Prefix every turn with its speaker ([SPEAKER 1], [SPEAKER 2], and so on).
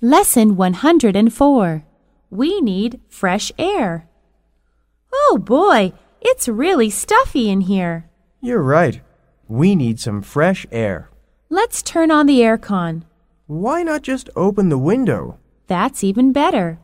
[SPEAKER 1] Lesson 104. We need fresh air. Oh boy, it's really stuffy in here.
[SPEAKER 2] You're right. We need some fresh air.
[SPEAKER 1] Let's turn on the aircon.
[SPEAKER 2] Why not just open the window?
[SPEAKER 1] That's even better.